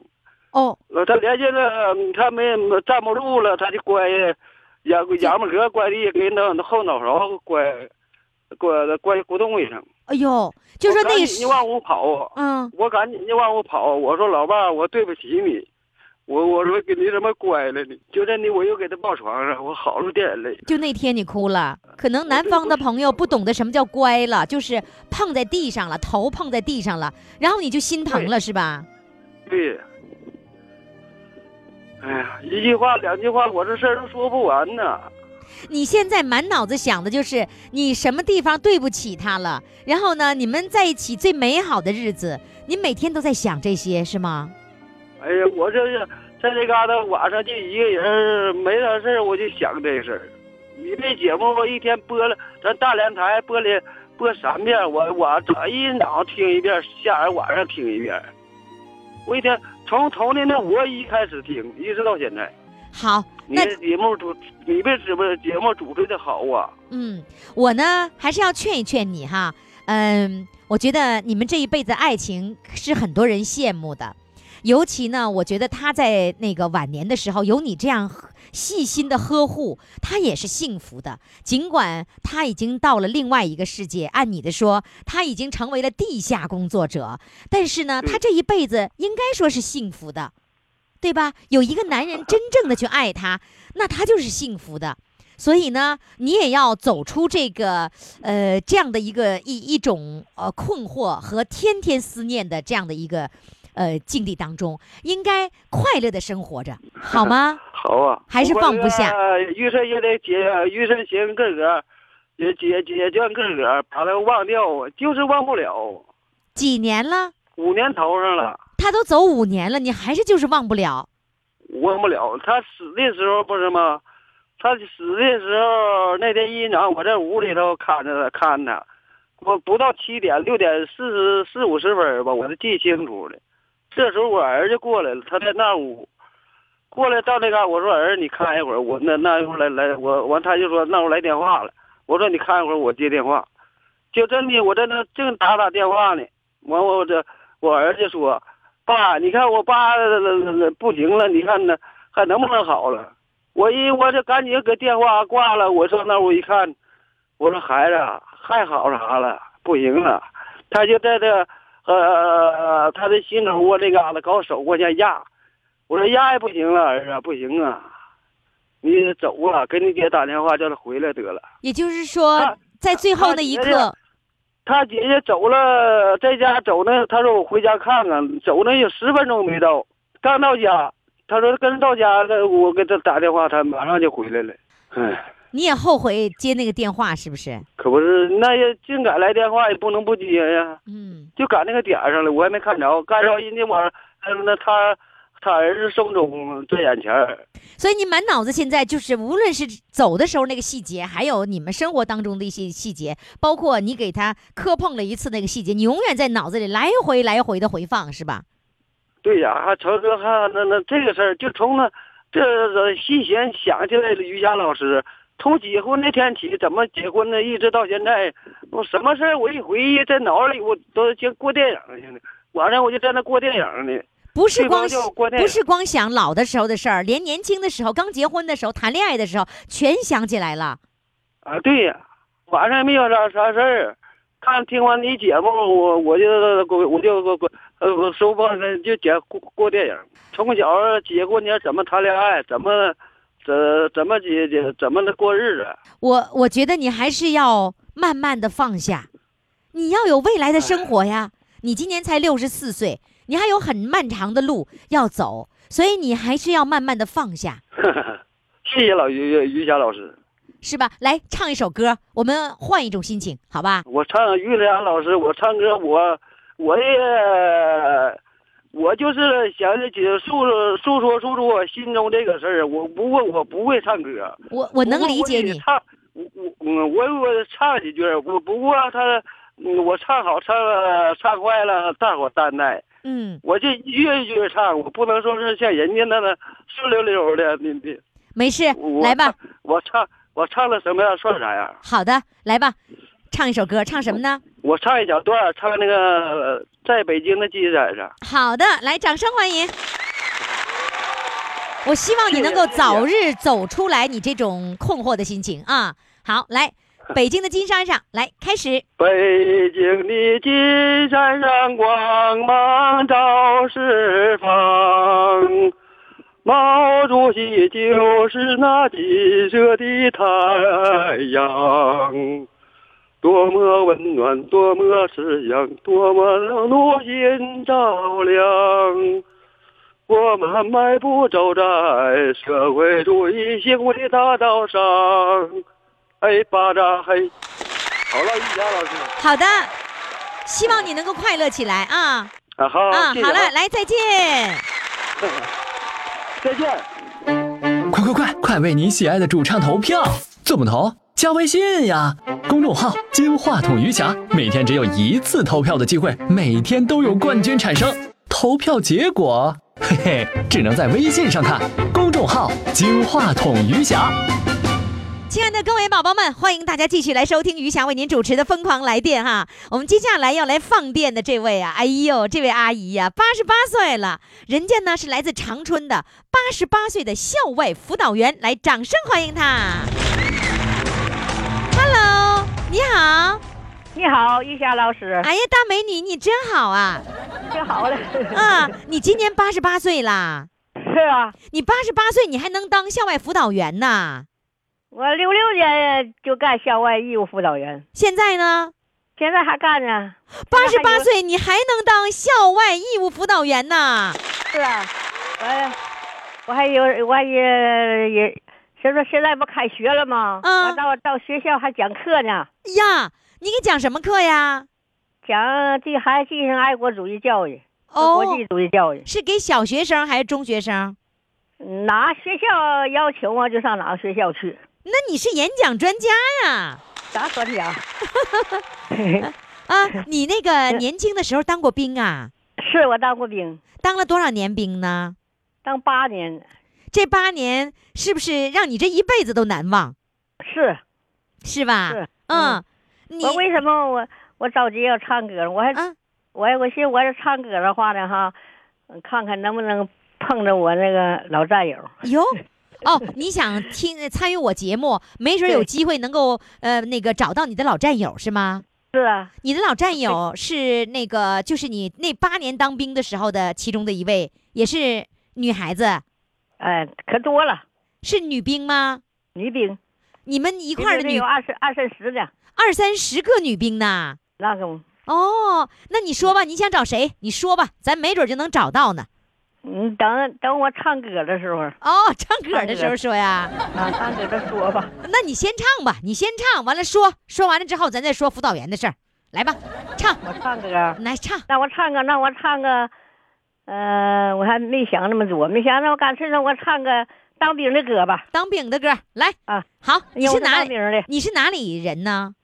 S1: 哦
S4: 呃，他连接了，嗯他没站不住了，他就乖，仰仰巴壳乖地给脑后脑勺乖，乖乖咕咚一声。
S1: 哎呦，就说
S4: 我赶
S1: 那
S4: 紧
S1: 时
S4: 就往屋跑，啊
S1: 嗯
S4: 我赶紧就往屋跑。啊我说老伴儿，我对不起你，我我说给你怎么乖了呢？就这呢，我又给他抱床上，我好了点泪。
S1: 就那天你哭了，可能南方的朋友不懂得什么叫乖了，就是碰在地上了，头碰在地上了，然后你就心疼了是吧？
S4: 对，哎呀，一句话两句话，我这事儿都说不完呢。
S1: 你现在满脑子想的就是你什么地方对不起他了，然后呢，你们在一起最美好的日子，你每天都在想这些是吗？
S4: 哎呀，我这是在这嘎达晚上就一个人儿没啥事儿我就想这事儿。你这节目我一天播了，咱大连台播了播三遍，我我早一早上听一遍，下午晚上听一遍。我一天从从那那五月一开始听，一直到现在。
S1: 好，
S4: 你
S1: 那
S4: 这节目主，你这直播节目主持的好啊！
S1: 嗯，我呢还是要劝一劝你哈，嗯，我觉得你们这一辈子爱情是很多人羡慕的，尤其呢，我觉得他在那个晚年的时候有你这样呵细心的呵护，他也是幸福的。尽管他已经到了另外一个世界，按你的说，他已经成为了地下工作者，但是呢，他这一辈子应该说是幸福的，对吧？有一个男人真正的去爱他，那他就是幸福的。所以呢，你也要走出这个呃这样的一个一一种呃困惑和天天思念的这样的一个呃境地当中，应该快乐的生活着，好吗？
S4: 好啊，
S1: 还是放不下
S4: 我这个。遇事也得解，遇事解决个个，也解解决个个，把它忘掉，啊就是忘不了。啊
S1: 几年了，
S4: 五年头上了，
S1: 他都走五年了，你还是就是忘不了。
S4: 忘不了。他死的时候不是吗？他死的时候那天一早，我在屋里头看着他，看他，我不到七点，六点四十四五十分吧，我都记清楚了。这时候我儿子过来了，他在那屋，过来到那嘎、我说儿子，你看一会儿，我那那一会儿来来，我完他就说那我来电话了，我说你看一会儿，我接电话。就真的，我在那正打打电话呢，完我这我儿子说。爸，你看我爸呃不行了，你看呢还能不能好了？我一我这赶紧给电话挂了，我上那屋一看，我说孩子还好啥了？不行了，他就在这呃他的心口窝这嘎达搞手往下压，我说压也不行了，儿子不行啊，你走啊，给你姐打电话叫她回来得了。
S1: 也就是说
S4: 他，
S1: 在最后那一
S4: 他觉
S1: 刻
S4: 得，他姐姐走了，在家走呢。他说我回家看看，走呢有十分钟没到，刚到家，他说跟到家了，我给他打电话，他马上就回来了。唉，
S1: 你也后悔接那个电话，是不是？
S4: 可不是，那也尽敢来电话也不能不接呀，
S1: 嗯，
S4: 就赶那个点儿上了，我还没看着，看着人家晚上，呃那他他儿子送终在眼前儿。
S1: 所以你满脑子现在就是，无论是走的时候那个细节，还有你们生活当中的一些细节，包括你给他磕碰了一次那个细节，你永远在脑子里来回来回的回放，是吧？
S4: 对呀，啊还成哥还那那这个事儿，就从那这这细弦想起来了于霞老师，从结婚那天起，怎么结婚呢？一直到现在，我什么事儿我一回忆在脑里，我都像过电影似的。晚上我就在那过电影呢，
S1: 不是
S4: 对
S1: 光
S4: 方叫我过电
S1: 不
S4: 影
S1: 是光想老的时候的事儿，连年轻的时候、刚结婚的时候、谈恋爱的时候，全想起来了。
S4: 啊，对呀，晚上也没有啥啥事儿。看听完你节目，我我就我我就我我呃我收放了就讲过过电影。从小结婚前怎么谈恋爱，怎么怎怎么结结怎么的过日子。
S1: 我我觉得你还是要慢慢的放下，你要有未来的生活呀。你今年才六十四岁，你还有很漫长的路要走，所以你还是要慢慢的放下，
S4: 谢谢老于于霞老师，
S1: 是吧？来唱一首歌，我们换一种心情，好吧？
S4: 我唱于霞老师，我唱歌我我也我就是想起诉说诉说诉说我心中这个事儿，我不过我不会唱歌，
S1: 我我能理解
S4: 不过我也
S1: 你，
S4: 唱我我嗯我我唱几句儿，我不过他嗯我唱好唱唱坏了，大伙担待。
S1: 嗯，
S4: 我这一句一句唱，我不能说是像人家那那顺溜溜的，你你
S1: 没事
S4: 我，
S1: 来吧，
S4: 我唱我唱的什么样算啥样。
S1: 好的，来吧，唱一首歌，唱什么呢？
S4: 我唱一小段儿，唱那个呃在北京的鸡仔子。
S1: 好的，来，掌声欢迎。我希望你能够
S4: 谢谢
S1: 早日走出来你这种困惑的心情啊！好，来，北京的金山上，来开始。
S4: 北京的金山上光芒照四方，毛主席就是那金色的太阳，多么温暖，多么慈祥，多么让怒心照亮。我们迈步走在社会主义幸福的大道上，哎，巴扎嘿。好了，玉霞老师。
S1: 好的，希望你能够快乐起来啊！
S4: 啊好
S1: 啊，
S4: 谢
S1: 好
S4: 谢
S1: 了，来，再见。
S4: 再见。
S3: 快快快，快为你喜爱的主唱投票！怎么投？加微信呀，公众号“金话筒余霞”，每天只有一次投票的机会，每天都有冠军产生。投票结果，嘿嘿，只能在微信上看。公众号“金话筒余霞”。
S1: 亲爱的各位宝宝们，欢迎大家继续来收听余霞为您主持的《疯狂来电》哈。我们接下来要来放电的这位啊，哎呦，这位阿姨呀、8八十八岁了，人家呢是来自长春的八十八岁的校外辅导员，来，掌声欢迎她。Hello，你好，
S6: 你好，玉霞老师，
S1: 哎呀，大美女，你真好啊！
S6: 挺好的。
S1: 啊，你今年八十八岁啦，
S6: 是啊，
S1: 你八十八岁你还能当校外辅导员呢？
S6: 我六六年就干校外义务辅导员，
S1: 现在呢，
S6: 现在还干呢。
S1: 八十
S6: 现在还
S1: 八
S6: 有
S1: 岁你还能当校外义务辅导员呢？
S6: 是啊，我我还有我还也也，这不现在不开学了吗？
S1: 啊
S6: 我到到学校还讲课呢，
S1: 呀，你给讲什么课呀？
S6: 讲这还进行爱国主义教育，
S1: 哦，
S6: 国际主义教育。
S1: 是给小学生还是中学生？
S6: 哪学校要求我就上哪个学校去。
S1: 那你是演讲专家呀？
S6: 咋说 的呀？
S1: 啊， 你那
S6: 呃
S1: 个年轻的时候当过兵啊？
S6: 是我当过兵，
S1: 当了多少年兵呢？
S6: 当八年，
S1: 这八年是不是让你这一辈子都难忘？
S6: 是。
S1: 是吧？
S6: 是
S1: 嗯，你
S6: 我为什么我我着急要唱歌？我还、
S1: 啊
S6: 我还我寻思我要唱歌的话呢哈，嗯看看能不能碰着我那个老战友。
S1: 哟。哦，你想听参与我节目，没准有
S6: 对
S1: 机会能够呃那个找到你的老战友是吗？
S6: 是啊，
S1: 你的老战友是那个，就是你那八年当兵的时候的其中的一位，也是女孩子，
S6: 哎，可多了，
S1: 是女兵吗？
S6: 女兵
S1: 你们一
S6: 一
S1: 块儿的女
S6: 有二十二三十的，
S1: 二三十个女兵呢？
S6: 那个
S1: 哦，那你说吧，你想找谁？你说吧，咱没准就能找到呢。
S6: 嗯，等等我唱歌的时候啊，
S1: 哦，唱歌的时候说呀，
S6: 唱歌的说吧。
S1: 那你先唱吧，你先唱，完了说，说完了之后咱再说辅导员的事儿。来吧，唱，
S6: 我唱歌，
S1: 来唱，
S6: 那我唱个，那我唱个，呃，我还没想那么多，没想那我干脆让我唱个当兵的歌吧。
S1: 当兵的歌来
S6: 啊。
S1: 好，你
S6: 因为
S1: 是
S6: 我
S1: 哪
S6: 当
S1: 里？
S6: 兵的？
S1: 你是哪里人呢？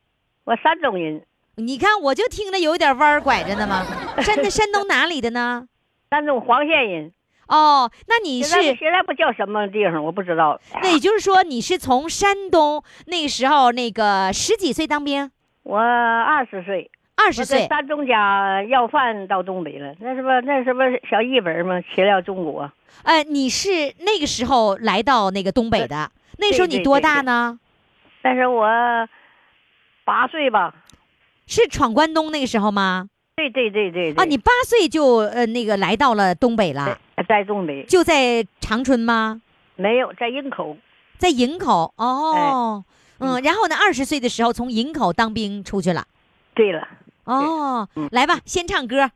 S6: 我山东人，
S1: 你看，我就听着有点弯儿拐着呢嘛。 山的山东哪里的呢？
S6: 山东黄县人。
S1: 哦，那你
S6: 现在
S1: 是
S6: 不，现在不叫什么地方，我不知道。
S1: 那也就是说你是从山东那个时候那个十几岁当兵，
S6: 我二十岁，
S1: 二
S6: 我
S1: 十
S6: 在
S1: 岁
S6: 山东家要饭到东北了，那是不那是不小日本嘛，起了中国，
S1: 呃，你是那个时候来到那个东北的，那时候你多大呢？
S6: 但是我八岁吧，
S1: 是闯关东那个时候吗？
S6: 对对对对对
S1: 啊，你八岁就呃那个来到了东北了，
S6: 在东北
S1: 就在长春吗？
S6: 没有在营口，
S1: 在营口哦，
S6: 嗯
S1: 嗯，然后呢，二十岁的时候从营口当兵出去了。
S6: 对了，
S1: 哦
S6: 嗯，
S1: 来吧，先唱歌。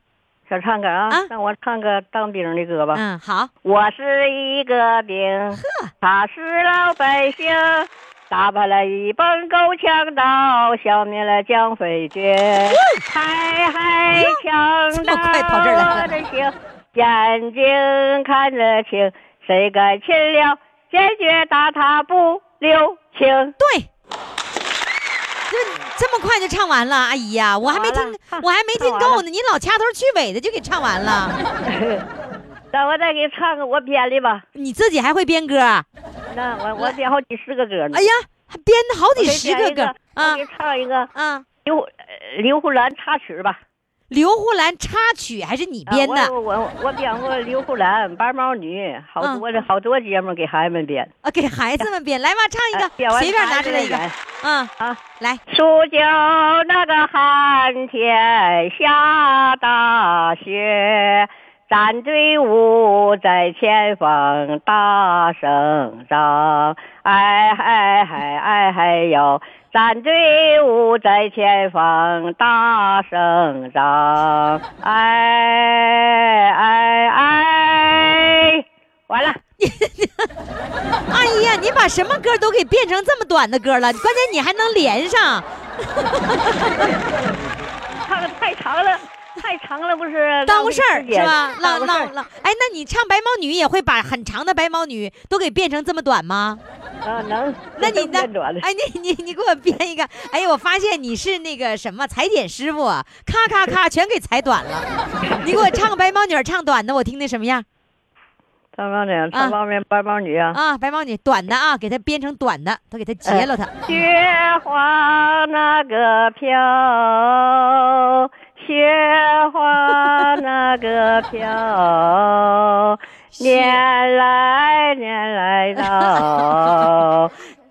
S6: 小唱歌啊，
S1: 啊
S6: 那我唱个当兵的歌吧。
S1: 嗯，好，
S6: 我是一个兵，他是老百姓，打败了一帮狗强盗，消灭了剿匪 军。哎嗨嗨，强
S1: 这么快跑这儿来
S6: 盗
S1: 了
S6: 的行，眼睛看得清，谁敢侵略，坚决打他不留情。
S1: 对。这这么快就唱完了，阿姨呀、我还没听
S6: 唱完了唱，
S1: 我还没听
S6: 唱完
S1: 够
S6: 了
S1: 呢，您老掐头去尾的就给唱完 了，
S6: 那我再给唱个我编的吧，
S1: 你自己还会编歌啊？
S6: 嗯那我 我编好几十个歌呢。
S1: 哎呀，还编好
S6: 我
S1: 几
S6: 给
S1: 十
S6: 编
S1: 个
S6: 一
S1: 歌啊
S6: 我给唱一个
S1: 啊！
S6: 刘呃刘胡兰插曲儿吧。
S1: 刘胡兰插曲还是你编的
S6: 啊、我我我我编过刘胡兰、八毛女，
S1: 嗯
S6: 好多的、好多节目给孩子们编。
S1: 啊？给孩子们编，来吧，唱一
S6: 哎编
S1: 个，
S6: 完
S1: 随便拿
S6: 孩
S1: 出
S6: 子
S1: 来
S6: 们
S1: 一个
S6: 演
S1: 啊，
S6: 啊！
S1: 来，
S6: 数九那个寒天下大雪，咱队伍在前方大声嚷，哎哎哎哎哎哟，咱队伍在前方大声嚷，哎哎哎，完了。
S1: 阿姨呀，你把什么歌都给变成这么短的歌了，关键你还能连上，
S6: 唱的太长了，太长了，不是
S1: 耽误事儿
S6: 浪费
S1: 是
S6: 时间
S1: 吧？浪
S6: 耽误事儿
S1: 浪浪！哎，那你唱《白毛女》也会把很长的《白毛女》都给变成这么短 吗？
S6: 啊，能。
S1: 那你
S6: 能
S1: 那
S6: 变短了
S1: 哎，你你你给我编一个。哎呀，我发现你是那个什么裁剪师傅啊，咔咔咔全给裁短了。你给我唱个白毛女儿唱短的，我听听什么样
S6: 八毛女，八毛女，八毛女啊！
S1: 啊啊？白毛女短的啊，给它编成短的，都给它截了它。
S6: 雪花那个飘，雪花那个 飘，年来年来到，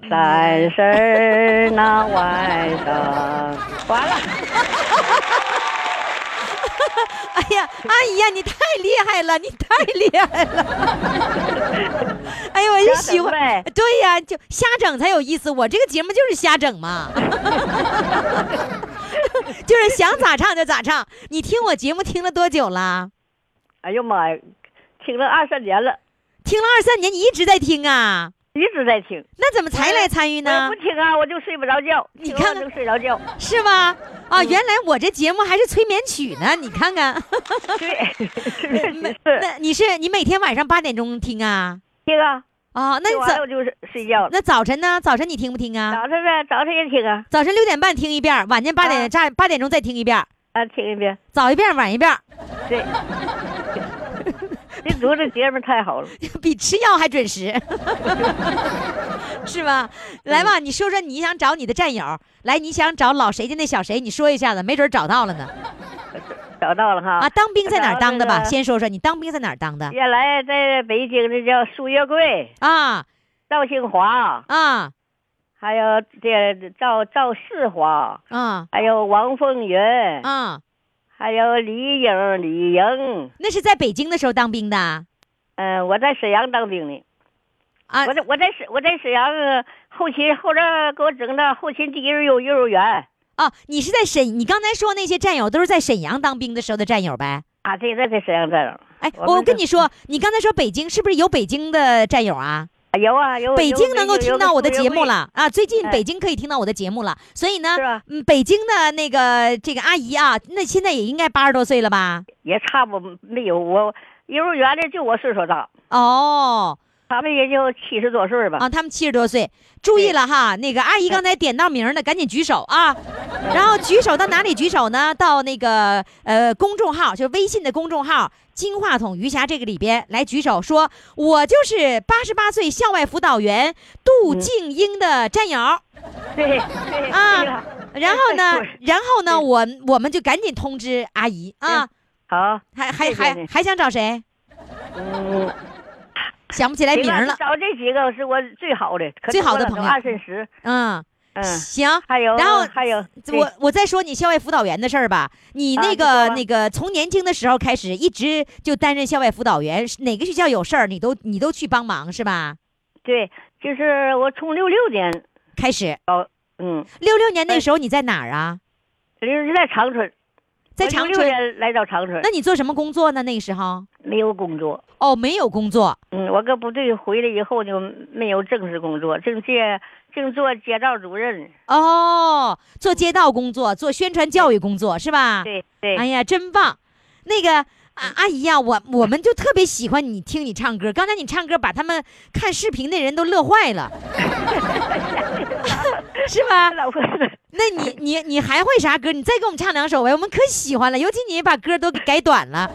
S6: 三十儿那晚上，完了。
S1: 哎呀，阿姨呀，你太厉害了，你太厉害了！ 哎呀，我就喜欢
S6: 瞎整呗，
S1: 对呀、就瞎整才有意思。我这个节目就是瞎整嘛， 就是想咋唱就咋唱。你听我节目听了多久了？
S6: 哎呦妈呀，听了二三年了，
S1: 听了二三年，你一直在听啊？
S6: 一直在听。
S1: 那怎么才来参与呢
S6: 我？不听啊，我就睡不着觉，
S1: 你
S6: 听
S1: 看
S6: 完
S1: 看
S6: 就睡着觉。
S1: 是吗？
S6: 嗯
S1: 啊，原来我这节目还是催眠曲呢，你看看。
S6: 对，
S1: 没
S6: 是是
S1: 那你是你每天晚上八点钟听啊？
S6: 听啊，
S1: 啊，那你
S6: 听完了
S1: 早
S6: 我就是睡觉了。
S1: 那早晨呢？早晨你听不听啊？
S6: 早晨呗，早晨也听啊，
S1: 早晨六点半听一遍儿，晚间八点
S6: 啊
S1: 站八点钟再听一遍儿，
S6: 啊，听一遍。
S1: 早一遍儿晚一遍儿，
S6: 对，你读这节目太好了。
S1: 比吃药还准时， 是吧？
S6: 嗯
S1: 来吧，你说说你想找你的战友，来，你想找老谁家那小谁，你说一下子，没准儿找到了呢。
S6: 找到了哈
S1: 啊，，当兵在哪儿当的吧？
S6: 找到这个
S1: 先说说你当兵在哪儿当的
S6: 原来在北京的叫苏月桂、
S1: 啊
S6: 赵庆华，
S1: 啊
S6: 还有这赵赵世华，
S1: 啊
S6: 还有王凤云，
S1: 啊！
S6: 还有李颖、李莹。
S1: 那是在北京的时候当兵的啊
S6: 嗯、我在沈阳当兵的。
S1: 啊
S6: 我在我在沈我在沈阳呃后勤后来给我整到后勤第一幼幼儿园
S1: 啊！你是在沈，你刚才说那些战友都是在沈阳当兵的时候的战友呗？
S6: 啊，对，在在沈阳站了。
S1: 哎，
S6: 我们
S1: 我跟
S6: 是
S1: 你说，你刚才说北京是不是有北京的战友啊？
S6: 啊有啊有。
S1: 北
S6: 有
S1: 京能够听到我的节目，了啊！最近
S6: 哎
S1: 北京可以听到我的节目了，所以呢
S6: 是啊吧，
S1: 嗯，北京的那个这个阿姨啊，那现在也应该八十多岁了吧？
S6: 有有有有也差不没有我幼儿园的就我岁数大，
S1: 哦，
S6: 他们也就七十多岁吧。
S1: 啊，他们七十多岁，注意
S6: 对
S1: 了哈，那个阿姨刚才点到名儿了，赶紧举手啊！然后举手到哪里举手呢？到那个呃公众号，就是微信的公众号“金话筒余霞”这个里边来举手，说我就是八十八岁校外辅导员
S6: 嗯
S1: 杜静英的战友。
S6: 对对
S1: 啊
S6: 对了
S1: 然后呢
S6: 对，
S1: 然后呢，我我们就赶紧通知阿姨啊，
S6: 好，
S1: 还还
S6: 谢谢
S1: 还
S6: 你
S1: 还想找谁？
S6: 嗯，
S1: 想不起来
S6: 行
S1: 哎名
S6: 啊
S1: 儿了，
S6: 找这几个是我最好的，可
S1: 最好的
S6: 多
S1: 朋
S6: 了都
S1: 友
S6: 二三十，
S1: 嗯，
S6: 嗯，
S1: 行。
S6: 还有
S1: 然后
S6: 还有对
S1: 我我再说你校外辅导员的事儿吧，你
S6: 啊
S1: 那
S6: 你
S1: 个、
S6: 说吧
S1: 那个从年轻的时候开始，一直就担任校外辅导员，哪个学校有事儿你都你都去帮忙是吧？
S6: 对，就是我从六六年，
S1: 开始
S6: 嗯，
S1: 六六年那
S6: 哎
S1: 时候你在哪儿啊？
S6: 就是在长春，
S1: 在
S6: 我
S1: 长
S6: 六
S1: 春。
S6: 年来到长春
S1: 那，你做什么工作呢？那个时候
S6: 没有工作。
S1: 哦，没有工作。
S6: 嗯，我搁部队回来以后就没有正式工作，正接正做街道主任。
S1: 哦，做街道工作，做宣传教育工作是吧？
S6: 嗯对对，
S1: 哎呀，真棒！那个啊，阿姨呀、我我们就特别喜欢你听你唱歌。刚才你唱歌把他们看视频的人都乐坏了， 是吧？
S6: 老婆，
S1: 那你你你还会啥歌？你再给我们唱两首呗，我们可喜欢了。尤其你把歌都改短了，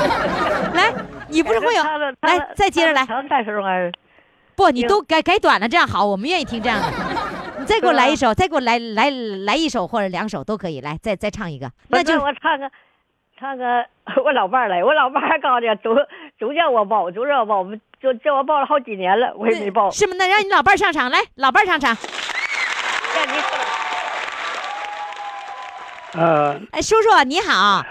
S1: 来，你不是会有
S6: 他们他
S1: 来
S6: 们
S1: 再接着来
S6: 他们干什么玩意儿？
S1: 不？你都改改短了，这样好，我们愿意听这样的。你再给我来一首，再给我来来来一首或者两首都可以，来再再唱一个，那
S6: 那
S1: 就
S6: 我唱个，唱个我老伴儿来，我老伴儿告诉你，总总叫我报，总让我报，我们就叫我报了好几年了，我也没 报。
S1: 是吗？那让你老伴儿上场来，老伴儿上场。
S6: 让你
S4: 啊，
S1: 哎，叔叔你好，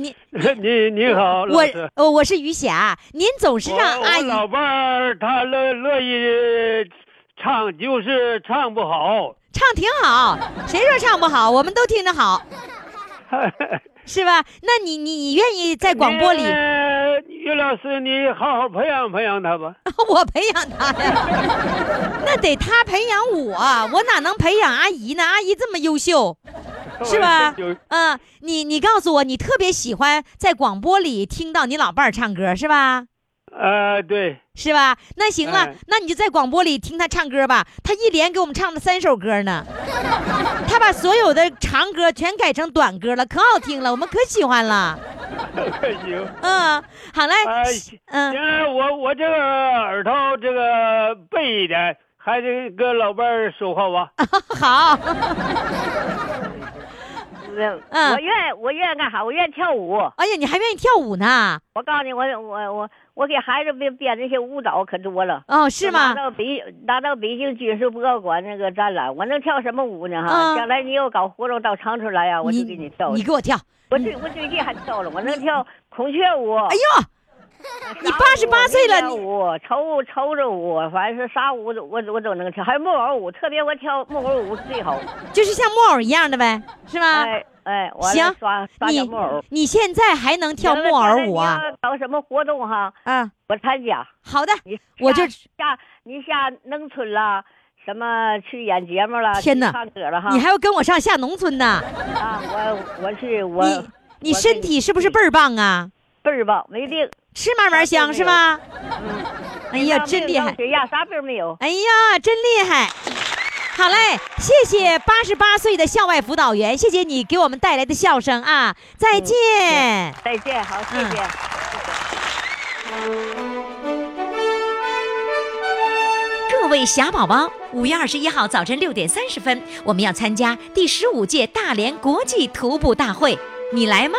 S1: 你
S4: 你你好，老
S1: 我啊
S4: 师哦
S1: 呃我是于霞，您总是
S4: 我
S1: 让阿姨
S4: 我老伴儿他乐乐意唱，就是唱不好。
S1: 唱挺好，谁说唱不好？我们都听着好，是吧？那你你你愿意 在广播里，
S4: 呃于老师，你好好培养培养他吧。？
S1: 我培养他呀？那得他培养我，啊我哪能培养阿姨呢？阿姨这么优秀，是吧
S4: 有
S1: 嗯，你你告诉我，你特别喜欢在广播里听到你老伴儿唱歌，是吧？
S4: 呃，对，
S1: 是吧？那行了，
S4: 哎
S1: 那你就在广播里听他唱歌吧。他一连给我们唱了三首歌 呢，他把所有的长歌全改成短歌了，可好听了，我们可喜欢了。
S4: 行。
S1: 嗯，好嘞，
S4: 哎
S1: 嗯，
S4: 原来我我这个耳朵这个背一点，还得跟老伴儿说话吧。
S1: 好， 嗯
S6: 嗯我愿我愿意干啥？我愿意跳舞。
S1: 哎呀，你还愿意跳舞呢？
S6: 我告诉你，我我我我给孩子编编那些舞蹈可多了。
S1: 哦，是
S6: 拿
S1: 吗？
S6: 到北拿到北京军事博物馆那个展览，我能跳什么舞呢？哈、
S1: 嗯
S6: 将来你要搞活动到长春来呀、我就给你跳。
S1: 你给我跳。
S6: 我最我最近还跳了，我能跳孔雀舞。
S1: 哎呦，你88岁了你
S6: 舞、绸绸子舞，反正是啥舞我我都能跳，还有木偶舞，特别我跳木偶舞是最
S1: 啊
S6: 好。
S1: 就是像木偶一样的呗，是吧？
S6: 哎哎，我还
S1: 行
S6: 耍耍小
S1: 你
S6: 木偶，
S1: 你现在还能跳木偶舞啊
S6: 将？来你要搞什么活动哈？
S1: 啊，
S6: 我参加。
S1: 好的，
S6: 你
S1: 我就
S6: 下下你下农村啦，什么去演节目啦，
S1: 天哪
S6: 去唱歌了哈。
S1: 你还要跟我上下农村呢？
S6: 啊，我我是我
S1: 你你
S6: 我
S1: 身
S6: 跟
S1: 体是不是倍儿棒啊？
S6: 倍儿棒，没病，
S1: 吃嘛
S6: 啊
S1: 嘛香是吧？
S6: 嗯
S1: 哎呀，
S6: 高
S1: 真
S6: 病
S1: 厉
S6: 高
S1: 害！
S6: 血压啥病没有？
S1: 哎呀，真厉害！好嘞，谢谢八十八岁的校外辅导员，谢谢你给我们带来的笑声啊！再见。
S6: 嗯再见，好，
S1: 嗯
S6: 谢谢。
S1: 各位小宝宝，五月二十一号早晨六点三十分，我们要参加第十五届大连国际徒步大会，你来吗？